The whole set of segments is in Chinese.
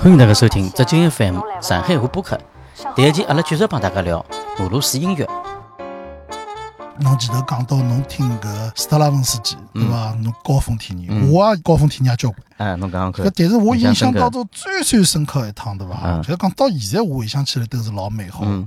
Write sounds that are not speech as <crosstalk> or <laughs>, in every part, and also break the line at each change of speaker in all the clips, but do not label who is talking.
欢迎大家收听浙江 FM 上海话播客。第一期阿拉继续帮大家聊俄罗斯音乐。
侬前头讲到侬听搿斯特拉文斯基，
嗯
对伐？侬高峰体验，我也高峰体验也交关。
啊，侬讲看
搿，但是我印象当
中，
中最最深刻一趟，对伐？
嗯
就是讲到现在我回想起来都是老美好，
嗯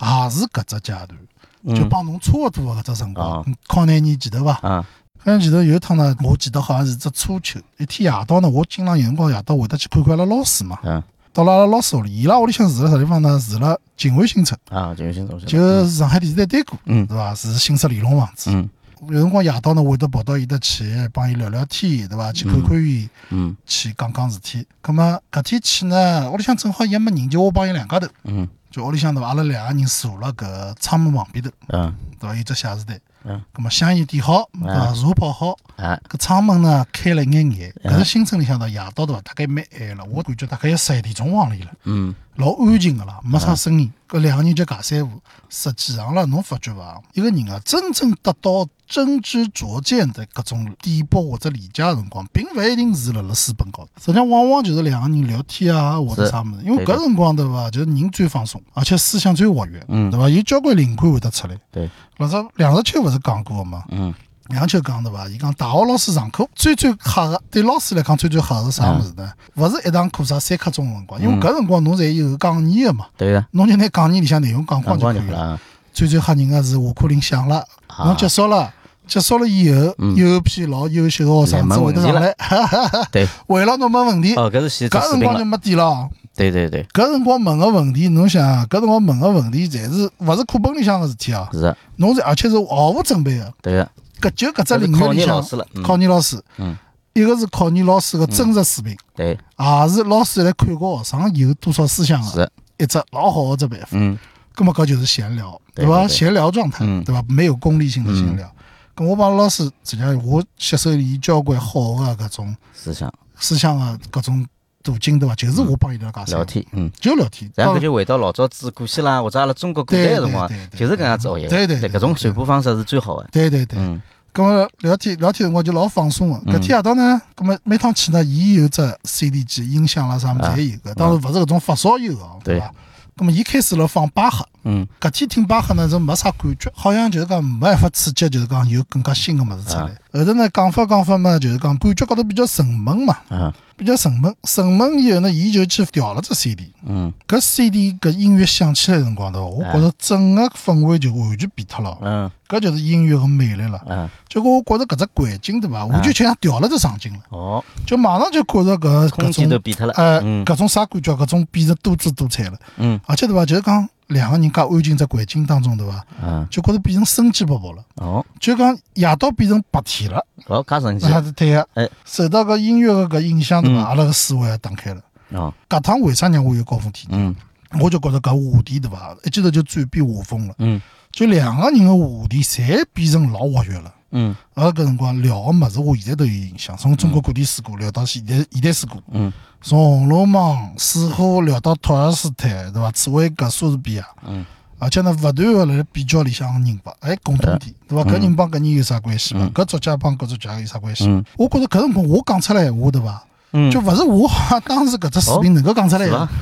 也是搿只阶段，就帮侬差勿多的搿只辰光
哦，
靠廿年前头伐？
啊，
好像前头有一趟呢，我记得好像是只初秋，一天夜到呢，我经常有辰光夜到会得去看看阿拉老师嘛。
嗯
到了阿拉老师屋里，伊拉屋里向住辣啥地方呢？住辣锦汇新城，
啊，就有新东西，
就上海电视台对过，
嗯
对伐？是新式联动房子。
嗯
有辰光夜到呢，会得跑到伊搭去帮伊聊聊天，对伐？去看看伊，
嗯
去讲讲事体。葛么搿天去呢，屋里向正好也没人，就我帮伊两家头，
嗯
就屋里向对伐？阿拉两个人坐辣搿窗门旁边头，
嗯
对伐？有只写字台。
嗯
葛么香烟点好，对伐？茶泡好，
啊
搿窗门呢开了一眼眼，搿是新村里向的，夜到对伐？大概蛮晚了，我感觉大概要十一点钟往里了，
嗯
老安静个啦，没啥声音。搿两个人就尬三胡，实际上啦，侬发觉伐？一个人啊，真正得到真知灼见的搿种点拨或者理解个辰光，并勿一定是辣辣书本高头，实际上往往就是两个人聊天啊或者
是
啥物事，因为
对
搿
的
辰光对伐，就是人最放松，而且思想最活跃，
嗯
对伐？有交关灵感会得出来。
对，
老早梁实秋勿是讲过个嘛？
嗯
梁秋讲对伐？伊讲大学老师上课最最吓个，对老师来讲最最吓是啥物事呢？
嗯
勿是一堂课啥三刻钟个辰光，因为搿辰光侬侪有讲义个嘛，
对的，
侬就拿讲义里向内容讲光
光
就
光就
可以
好了
了。
啊，
最最吓人个是下课铃响了，
啊
侬结束了，结束了以后，有一批老优秀个学生
来
子
问
会得
问题
上
了
来， <laughs>
对，
围牢侬问问题，
哦，搿是写作
搿
视
辰
频
光
了，
就没底了。
对对对，
搿辰光问个问题，侬想啊，搿辰光问个问题，侪是勿是课本里向个事体啊？
是的，
侬是而且是毫无准备个。
对的，
搿就搿只
搿是
领域
考
里
验老
向
师了，嗯
考验老师，
嗯
一个是考验老师个真实水平，
对，
也是老师来看过学生有多少思想
是
个
的，
一只老好个只办法。
嗯
葛么搿就是闲聊，
对
伐？
对对
闲聊状态，
嗯
对伐？没有功利性的闲聊。咁我帮老师，实际上我吸收伊交关好个啊搿种
思想
思想啊个搿种途径，对伐？就是我帮伊拉讲
聊，天，嗯。
就聊天。
然后
当
搿就回到老早子古希腊或者阿拉中国古代个辰光
哦对对，对
就是搿样子学习
对
的。
对对
搿种传播方式是最好的。
对对对，
嗯
咁么聊天聊天辰光就老放松个。搿天夜到呢，咁么每趟去呢，伊有只 CD 机、音响啦啥物事侪有个，当然勿是搿种发烧友啊个，
对
伐？咁么伊开始辣放巴赫，
嗯
搿天听巴赫呢是没啥感觉，好像就是讲没办法刺激，就是讲有更加新个物事出来
啊。
后头呢讲法讲法嘛，就是讲感觉高头比较沉闷嘛，
啊
比较沉闷。沉闷以后呢，伊就去调了只 CD。
嗯
搿 CD 搿音乐响起来的辰光头，我
啊
觉着整个氛围就完全变脱了，
嗯
搿就是音乐个魅力了。
嗯
结果我觉着搿只环境
啊
对伐，我就像调了只场景了，
哦，
就马上就觉着搿
空
搿
间都
种
变脱了。
呃
嗯
搿种啥感觉，搿种变成多姿多彩了。
嗯
而且对伐，就是讲两个人介安静只环境当中对伐，
啊
就觉着变成生机勃勃了。
哦，
就讲夜到变成白天了，
老介神奇
那是对个
哎。
受到搿音乐个搿影响对伐，
嗯
阿拉个思维也打开了。
哦
搿趟为啥让我有高峰体验？
嗯
我就觉着搿话题对伐，一记头就转变画风了，
嗯
就两个人个话题侪变成老活跃了。
嗯
阿啊拉搿辰光聊个物事，我现在都有印象，从中国古典史歌聊到现代现代史歌，
嗯
从《红楼梦》似乎聊到托尔斯泰，对伐？茨威格、莎士比啊亚，
嗯
而且呢，勿断个辣比较里向个人吧，哎，共同
嗯
点，对伐？搿人帮搿人有啥关系伐？搿作家帮搿作家有啥关系
嗯？
我觉着搿辰光我讲出来闲话，对伐？
嗯，
就勿是我好像当时搿只水平能够讲出来
是
的
伐，？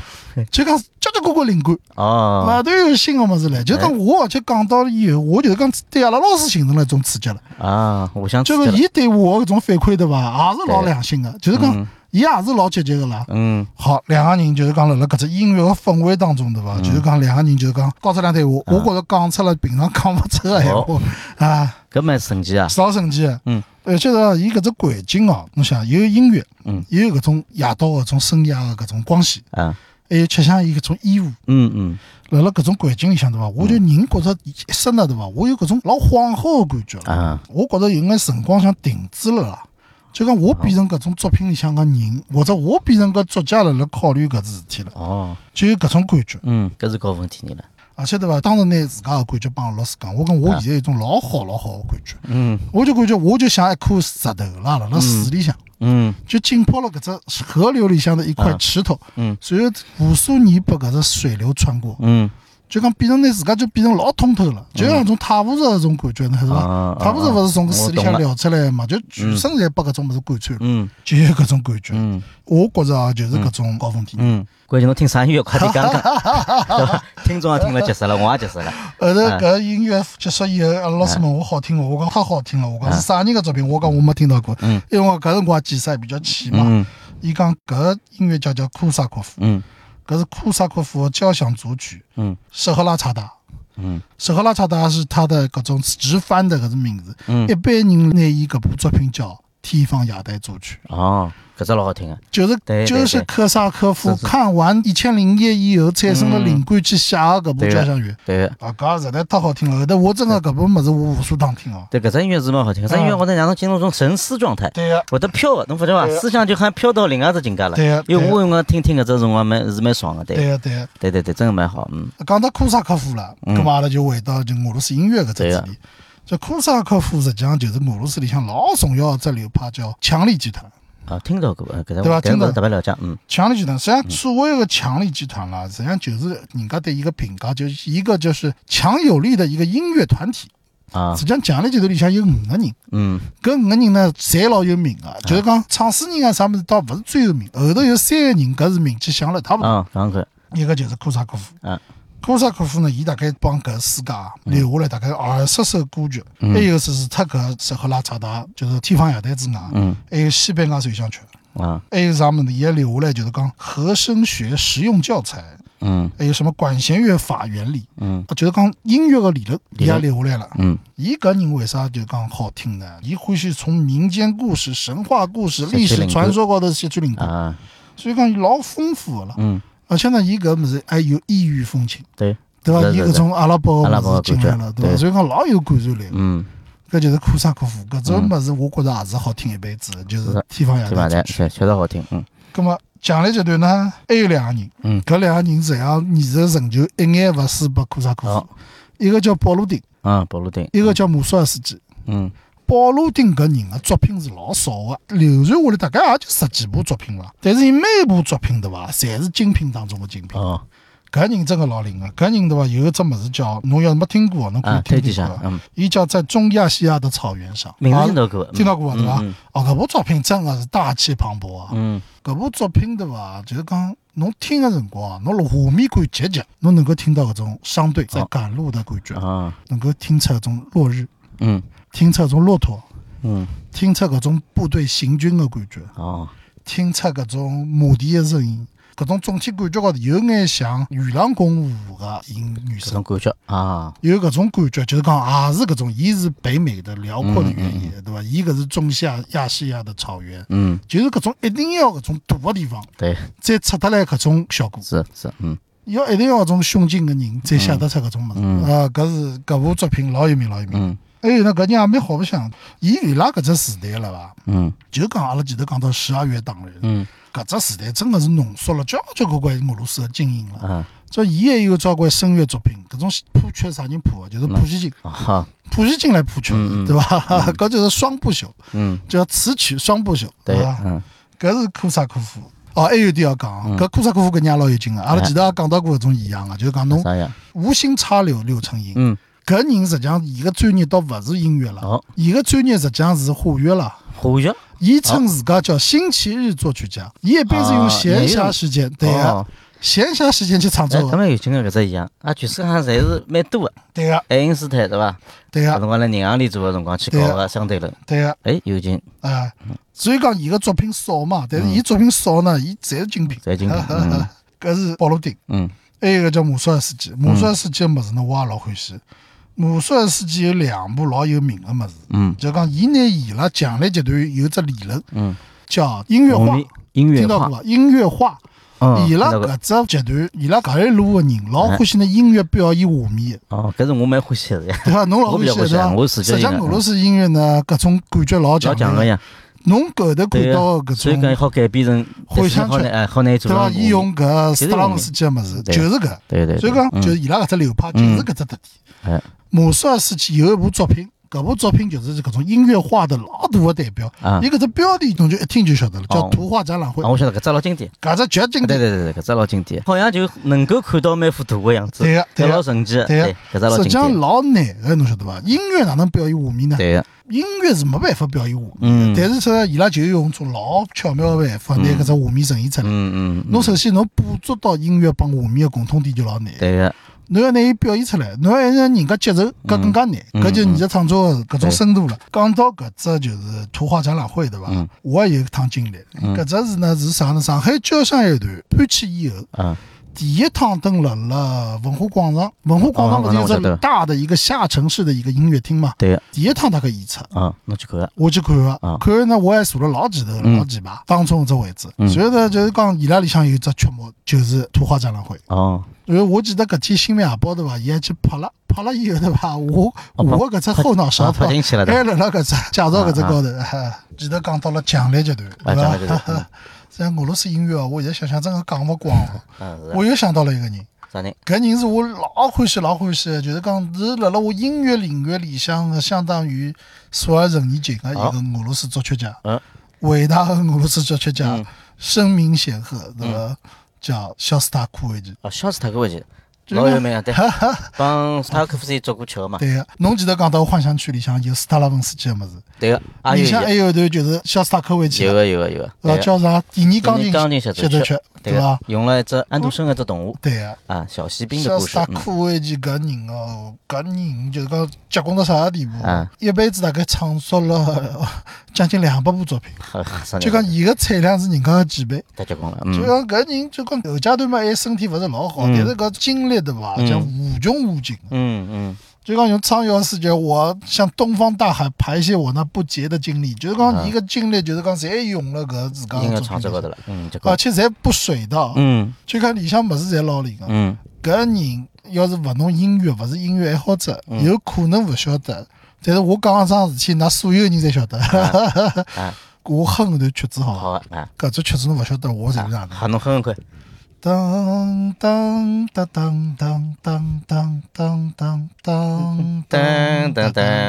就讲交交关关灵感，
哦
勿断有新个物事来。就讲我而且讲到了以后，我就是讲对阿拉老师形成了一种刺激了。
啊，互相
就
刺激
是
了
伊对我搿种反馈对伐，也是老
对
良心个，就是讲伊也是老积极个啦。
嗯
好，两个人就是讲辣辣搿只音乐个氛围当中，对
嗯
伐？就是讲两个人就是讲讲出两对
啊
话，我觉着讲出了平常讲勿出个闲话啊，
搿蛮神奇啊。
是老神奇个。
哦嗯，
而且呢，伊搿只环境哦，侬想有音乐，
嗯，
也有搿种夜到搿种深夜个搿种光线，
啊
还有吃香烟搿种烟雾，
嗯嗯
辣辣搿种环境里向，对伐？我就人觉着一刹那，对伐？我有搿种老恍惚个感觉了。
啊
我觉着有眼辰光像停止了啦。就讲我变成搿种作品里向个人，或者我变成搿作家辣辣考虑搿事体了，
哦
就有搿种感觉。
嗯，搿是高峰体验了。
而且对伐，当时拿自家个感觉帮老师讲，我讲我
啊
现在有种老好老好个感觉，
嗯
我就感觉我就像一颗石头啦，辣辣水里向。
嗯
就浸泡了搿只河流里向的一块
啊
石头，
嗯
随后无数年被搿只水流穿过，
嗯
就讲变成拿自家就变成老通透了，就像种泰晤士搿种感觉，侬晓得伐
啊？
泰晤士勿是从水里
我懂
向
了
撩出来嘛，就全身侪被搿种物事贯穿了，
嗯
就有搿种感觉。
嗯
我觉着啊，就是搿种高峰体验。
嗯，关键侬听啥音乐，快点讲讲，对 <laughs> 伐？听众也听了急死了，我也急死了。
后头
哎
搿音乐结束以后，阿拉老师问我好听伐？我讲太好听了。我讲是啥人个作品？我讲我没听到过，
哎嗯
因为我搿辰光记忆还比较浅嘛。
嗯
伊讲搿音乐家叫库萨科夫，
嗯
搿是库萨科夫的交响组曲
嗯
《舍赫拉查达》。
嗯
舍赫拉查达是他的搿种直翻的搿种名字，
嗯
一，般人拿伊搿部作品叫《天方夜谭组曲》。
哦，搿只老好听个，
就是
对对
就是
对
科萨科夫
是是嗯
看完《一千零一夜》以后产生了灵感去写的搿部
对
交
的
响乐，
对个。
啊，搿实在太好听了。后头我真的搿部物事我无数趟听哦。
对，搿只音乐是蛮好听，搿只音乐
嗯
会得让侬进入一种沉思状态，
对个，
会得飘个，侬发觉伐？
对啊
思想就好像飘到另外一只境界了。
对啊
因为
对啊
我有辰光听听搿只辰光蛮是蛮爽个，
对
对，
个，对个。
对对对，真个蛮好，嗯
讲到库萨科夫了，
嗯
咁嘛阿拉就回到就俄罗斯音乐搿只
对
主
个
题。就库萨科夫实际上就是俄罗斯里向老重要的只流派叫强力集团。
啊，听到过，呃搿只
对吧
搿只
听到
勿是特别了解，嗯
强力集团，实际上所谓的强力集团啦，实际上就是人家对一个评价，就是一个就是强有力的一个音乐团体。
啊
实际上，强力集团里向有五个人，
嗯
搿五个人呢，侪老有名个、就是讲创始人啊啥物事倒勿是最有名，后头有三个人搿是名气响了一塌糊涂。
啊，讲看，
一个就是库萨科夫，
啊
库萨科夫呢，伊大概帮搿世界啊留下来大概二十首歌曲，
嗯
还有就是脱搿什赫拉查达，就是《天方夜谭》之外，
嗯
还有西班牙随想曲，
啊
还有啥物事伊也留下来，就是讲和声学实用教材，哎
嗯
还有什么管弦乐法原理，
嗯
就是讲音乐个理论，伊
理
也
论
留下来了。
嗯，
伊搿人为啥就讲好听呢？伊欢喜从民间故事、神话故事、
吸取
历史
灵感
传说高头吸取灵感，
啊
所以讲伊老丰富个了。
嗯
而且呢，伊搿物事还有异域风情，
对，
对伐？
是
伊
是
搿种阿拉伯
阿拉
物
伯
事进来
感觉
了，对伐？
对
所以讲老有感染力。
嗯，
搿就是库萨科夫搿种物事，我觉着也是好听一辈子的，就是是
的
天方夜
对嗯吧？
谭
对，
组曲。
确确实好听，嗯
葛末强烈集团呢，还有两个人，
嗯
搿两个人实际上艺术成就一眼勿输拨库萨科夫
好。
一个叫保罗丁，
啊，保罗丁，
一个叫马苏尔斯基。
嗯
保罗丁搿人个作品是老少个，流传下来大概也就十几部作品伐。但是伊每部作品对伐，侪是精品当中个精品。
哦
搿人真个老灵个，搿人对伐，有一只物事叫，侬要是没听过，侬可
啊
以，
推
听
荐
听
一下
看，。
嗯，
伊叫在中亚细亚的草原上，
名字听
啊
到过，嗯
听到过伐对伐
嗯？
哦，搿部作品真个是大气磅礴啊！
嗯
搿部作品对伐，就是讲侬听个辰光啊，侬画面感极强，侬能够听到搿种商队在赶路的感觉
嗯，啊
能够听出搿种落日，
嗯
听出搿种骆驼。
嗯
听出搿种部队行军的感觉，
哦
听出搿种马蹄的声音，搿种总体感觉高头有眼像元朗公舞的音女
这种，
生
感觉啊
有搿种感觉，就是讲也啊是搿种，伊是北美的辽阔的原野，对伐？伊搿是中下亚细亚的草原，
嗯
就是搿种一定要搿种大的地方，
对。
再出得来搿种效果，
是是，嗯
要一定要搿种胸襟的人，再写得出搿种物事。啊，搿是搿部作品老有名，老有名。
嗯
还有呢，搿人也蛮好白相，伊伊拉搿只时代了伐？
嗯
就讲阿拉前头讲到十二月党人，
嗯
搿只时代真的是浓缩了交交关关俄罗斯的精英了。
啊
所以伊也有交关声乐作品，搿种谱曲啥人谱啊？就是普希金，
啊哈
普希金来谱曲，
嗯嗯
对伐？ <laughs> 搿就是双部朽，
嗯
叫词曲双部朽，
对
伐？
嗯
�搿是库萨科夫。哦，还有一点要讲啊，搿库萨科夫搿人也老有劲个，
哎
阿拉前头也讲到过搿种现象啊，就是讲侬
嗯啥呀
无心插柳柳成荫。
嗯
搿人实际上伊个专业倒勿是音乐了
哦，
伊个专业实际上是化学了。
化学
伊称自家叫星期日作曲家，伊一般是用闲暇时间，对个、
啊哦，
闲暇时间去创
哎，
作
他
的，
们有劲个搿只一样啊，全世界上侪是蛮多个，
对个、
爱因斯坦对啊伐？
对
搿
个、
辰光辣银行里做个辰光去搞个相对论，
对个、
哎，有劲，
啊、
嗯
所以讲伊个作品少嘛，但是伊作品少呢，伊侪是精品，
侪精品嗯
<laughs> 搿是保罗丁，
嗯
还有一个叫马苏尔斯基，马苏尔斯基个物事呢，我也老欢喜。马苏尔斯基有两部老有名个物事，
嗯
就讲伊拿伊拉强力集团有只理论
嗯，
叫音乐
我
化
们，音乐
听到
化
过，伐？音乐化。
嗯，
伊拉
听到过哎
搿只集团，伊拉搿一路个人老欢喜拿音乐表演画面，
哦，搿是我蛮欢喜个
<laughs>
呀，
对伐？侬老
哎我
欢
比较
喜
欢喜啊
对伐？
我
实
是觉
际
得
上
应该
俄罗斯音乐呢，搿种感觉老
老
强
强
烈
个
的。
呀，
侬搿头看
对
到
个
搿，
所以讲
种，
好改编成，
回
但是
想
好
起来
难哎，好难做
对啊伐？
成
伊用搿
其
斯
实
特拉
有
文斯基个物事，
对
就是搿。
对对，对
所以讲，
嗯
就是伊拉搿只流派就是搿只特点。
哎
马苏尔斯基有一部作品
哎
搿部作品就是搿种音乐化的老大的代表
啊。
伊搿只标题侬就一听就晓得了，叫
哦
《图画展览会
啊，》。我晓得搿只老经典，
搿只绝经
对
典，
对对对，搿只老经典，好像就能够看到每幅图个样子，
对个对
老
个
神奇，
对
对，搿只老
实
经
际上
典，
老难个，侬晓得伐？音乐哪能表现画面呢？
对个，
音乐是没办法表现画面，
嗯
但是说伊拉就用种老巧妙个办法拿搿只画面呈现出来。
嗯嗯嗯，
侬首先侬捕捉到音乐帮画面个共通点就老难，
对个，
侬要拿伊表现出来，侬要让人家接受，搿更加难。
嗯
搿就是你的创作的搿
对
种深度了。讲到搿只就是图画展览会对伐
嗯？
我也有一趟经历，搿只是呢是啥呢？上海交响乐团搬迁以后，
啊，
第一趟登了辣文化广场，文化广场勿是
哦
有
我晓得
只大的一个下沉式的一个音乐厅嘛？
对个，
第一趟大概演出。
啊，侬去看个，
我去看个
啊，
看个呢，我还坐了老前头，
嗯
老前排，当中搿只位置。
嗯
然后呢，就是讲伊拉里向有一只曲目，就是图画展览会。
哦，
然后我记得搿天新民夜报对伐，伊还去拍了，拍了以后对伐，我
哦
我搿只后脑勺
啊
对
拍
伐
进去了
还
的，
辣辣搿只介绍搿只高头。哈记得讲到了奖励集团
啊
对
奖励集团嗯
伐？ <laughs> 像俄罗斯音乐哦，我现在想想真个讲勿
<laughs>
光哦。
嗯
<laughs>
是啊，
我又想到了一个人，
啥人？
搿人是我老欢喜老欢喜的，就是讲是辣辣我音乐领域里向的，相当于数二十年前的一个
啊
俄罗斯作曲家，
嗯
伟大的俄罗斯作曲家
嗯，
声名显赫，对伐？叫肖斯塔科维奇。
哦，肖斯塔科维奇，
就
老
是
有名啊，对，帮斯塔科夫斯基作过曲个嘛，
<laughs> 对个，侬记得讲到《幻想曲》里向有斯塔拉文斯基的物事，
对个，啊有
里向
有
还有一段就是肖斯塔科维奇
有
的，
个有啊个有个，
呃，
对个，
哎叫啥？第二钢
第
琴
二钢琴协奏
奏
曲
曲，
对
伐
个？，用了一只安徒生个一只动画
对个。
啊，小锡兵的
像
故事
萨，
嗯
科维奇搿人哦，搿人就是讲结棍到啥个地步
啊？
一辈子大概创作了
<laughs>
将近两百部作品，
呵呵啥
就
人
讲伊个产量是人家个几倍。
太结棍了，
就
嗯，
讲搿人，就讲后阶段嘛，还哎身体勿是老好，
嗯
但是搿精力对伐，
嗯
讲无穷无尽。
嗯嗯。
就讲用苍遥视角，我向东方大海排泄我那不竭的精力，就是讲伊个精力，就是讲侪用了搿自家
嗯应该
个啊
创
作
作高
品
头
里，
了，嗯，结
而
棍，
且侪不水的，
嗯
就讲里向物事侪老灵个。啊
嗯，
搿人要是勿弄音乐，勿是音乐爱好者，
嗯
有可能勿晓得。但是我讲个桩事体，㑚所有人侪晓得。
啊，
<laughs> 我哼搿段曲子好
好啊，
伐，
啊，
搿只曲子侬勿晓得，哦我是哪能？
好，侬哼哼看，
当当当当当当当当当
噔噔噔
当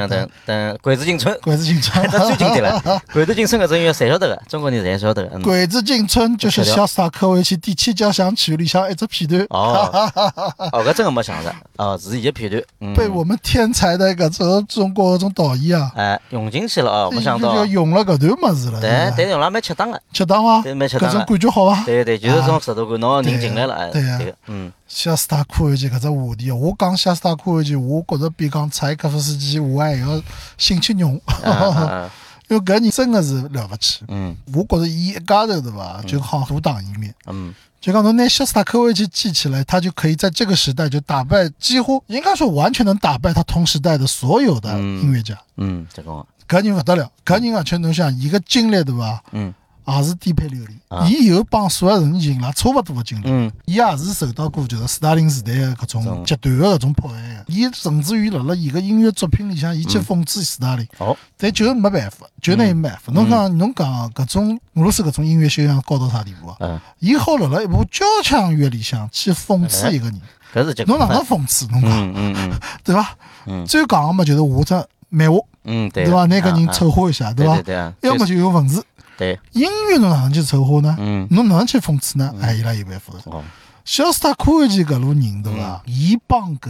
噔。哎噔，鬼子进村，
鬼子进村，
这最经典了，鬼子进村搿只音乐谁晓得个？中国人侪晓得个，嗯，
<laughs> 鬼子进村就是肖斯塔科维奇第七交响曲里向一只片段。
哦，哦，搿真个没想着，哦，是伊个片段，嗯，
被我们天才的搿种中国搿种导演啊，
哎用进去了哦，没想到
就，用了搿段物事了。
但但用了蛮恰当个，
吃当伐？
对蛮吃当
搿种
的
感觉好伐？
对对，就是种石头感，侬人进来了，哎，
啊对啊
对个，嗯，
夏斯塔科维奇搿只话题，我讲夏斯塔科维奇，我觉着比讲柴可夫斯基我还要兴趣浓，
啊啊啊
<laughs> 因为搿人真个是了勿起。
嗯
我觉着伊一家头对伐，就好独当一面。
嗯，
就讲侬拿夏斯塔科维奇记起来，他就可以在这个时代就打败，几乎应该说完全能打败他同时代的所有的
嗯
音乐家。
嗯，结棍，
搿人勿得了，搿人而且侬想，伊个经历对伐，
嗯
也是颠沛流离
啊。
伊有帮所有人伊拉差勿多的经历。
嗯
伊也是受到过就是斯大林时代的搿种
种
极端的搿种迫害的。伊甚至于辣辣伊个音乐作品里向，伊去讽刺斯大林，
哦，
但就是没办法，就那也没办
嗯
法。侬讲侬讲搿种俄罗斯搿种音乐修养高到啥地步啊？
嗯，
伊好辣辣一部交响乐里向去讽刺一个人，
搿是结棍
侬，哪能讽刺侬讲
哎嗯嗯嗯
对伐？
嗯
最讲个嘛就是画只漫画， <laughs>
嗯，对个
对伐？拿搿人
啊啊
丑化一下，
对
伐
对？对啊，
要么
就
就用文字，
对，
音乐侬哪能去丑化呢？
嗯，
侬哪能去讽刺呢？哎，伊拉有办法的。
哦，
小斯塔科维奇搿路人对伐？
嗯
伊帮搿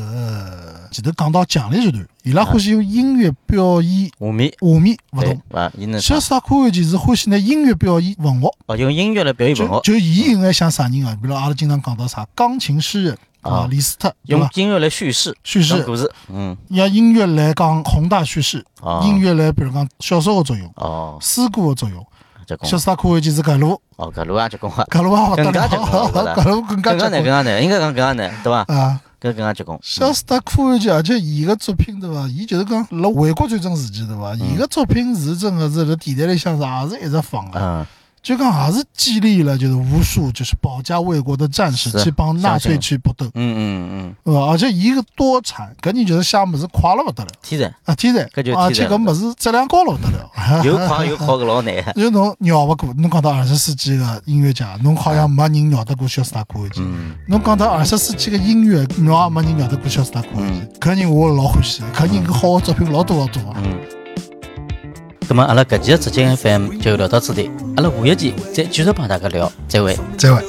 前头讲到奖励集
啊
团，伊拉欢喜用音乐表演
画面
画面，勿
对啊
同。
伐？伊能
小斯塔科维奇是欢喜拿音乐表演文学，
哦用音乐来表演文
就
学，
就伊应该像啥人啊？比如阿拉经常讲到啥钢琴诗人
啊
啊，李斯特对
用
伐？
音乐来叙事，
叙
讲
事
故事，嗯，
要音乐来讲宏大叙事，
哦
音乐来比如讲小说个作用、
哦，
诗歌个作用。
结棍
小，斯塔科维奇是搿路
哦，搿路啊结棍啊，
搿路也勿
哦更
得
加
了，
结棍了我
<laughs>
觉得
搿路更加
更加
结
难，更
棍
加难，应该讲更加难，对伐？
啊！
搿更加结棍，
肖斯塔科维奇，而且伊个作品对伐？伊就是讲
嗯
辣卫国战争时期对伐？伊个作品是真个是辣电台里向是也是一直放个。
嗯，
啊就讲也是激励了，就是无数就是保家卫国的战士
是
去帮纳粹去搏斗，
嗯嗯嗯，
对伐？而且伊个多产，搿人就是写物事快了勿
<laughs>
得了，
天然
啊，天才
搿就是，
而
天
且
才
搿物事质量高了勿 <laughs> 得了。
又快又好个老难的。
就侬绕勿过，侬讲到二十世纪个音乐家，侬好像没人绕得过肖斯塔科维奇。
嗯，
侬讲到二十世纪个音乐，侬也没人绕得过肖斯塔科维奇。搿人我老欢喜的，搿人个好个作品老多老多啊。
嗯。啊那么阿拉搿期的浙江 FM 就聊到此地，阿拉下一期再继续帮大家聊，再会。
再会。